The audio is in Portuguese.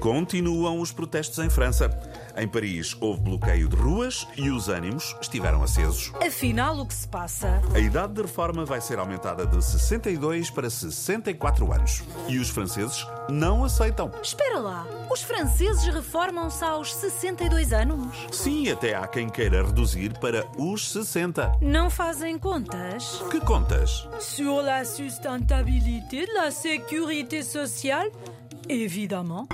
Continuam os protestos em França. Em Paris houve bloqueio de ruas e os ânimos estiveram acesos. Afinal, o que se passa? A idade de reforma vai ser aumentada de 62 para 64 anos. E os franceses não aceitam. Espera lá, os franceses reformam-se aos 62 anos? Sim, até há quem queira reduzir para os 60. Não fazem contas? Que contas? Sur la sustentabilité de la sécurité sociale, évidemment.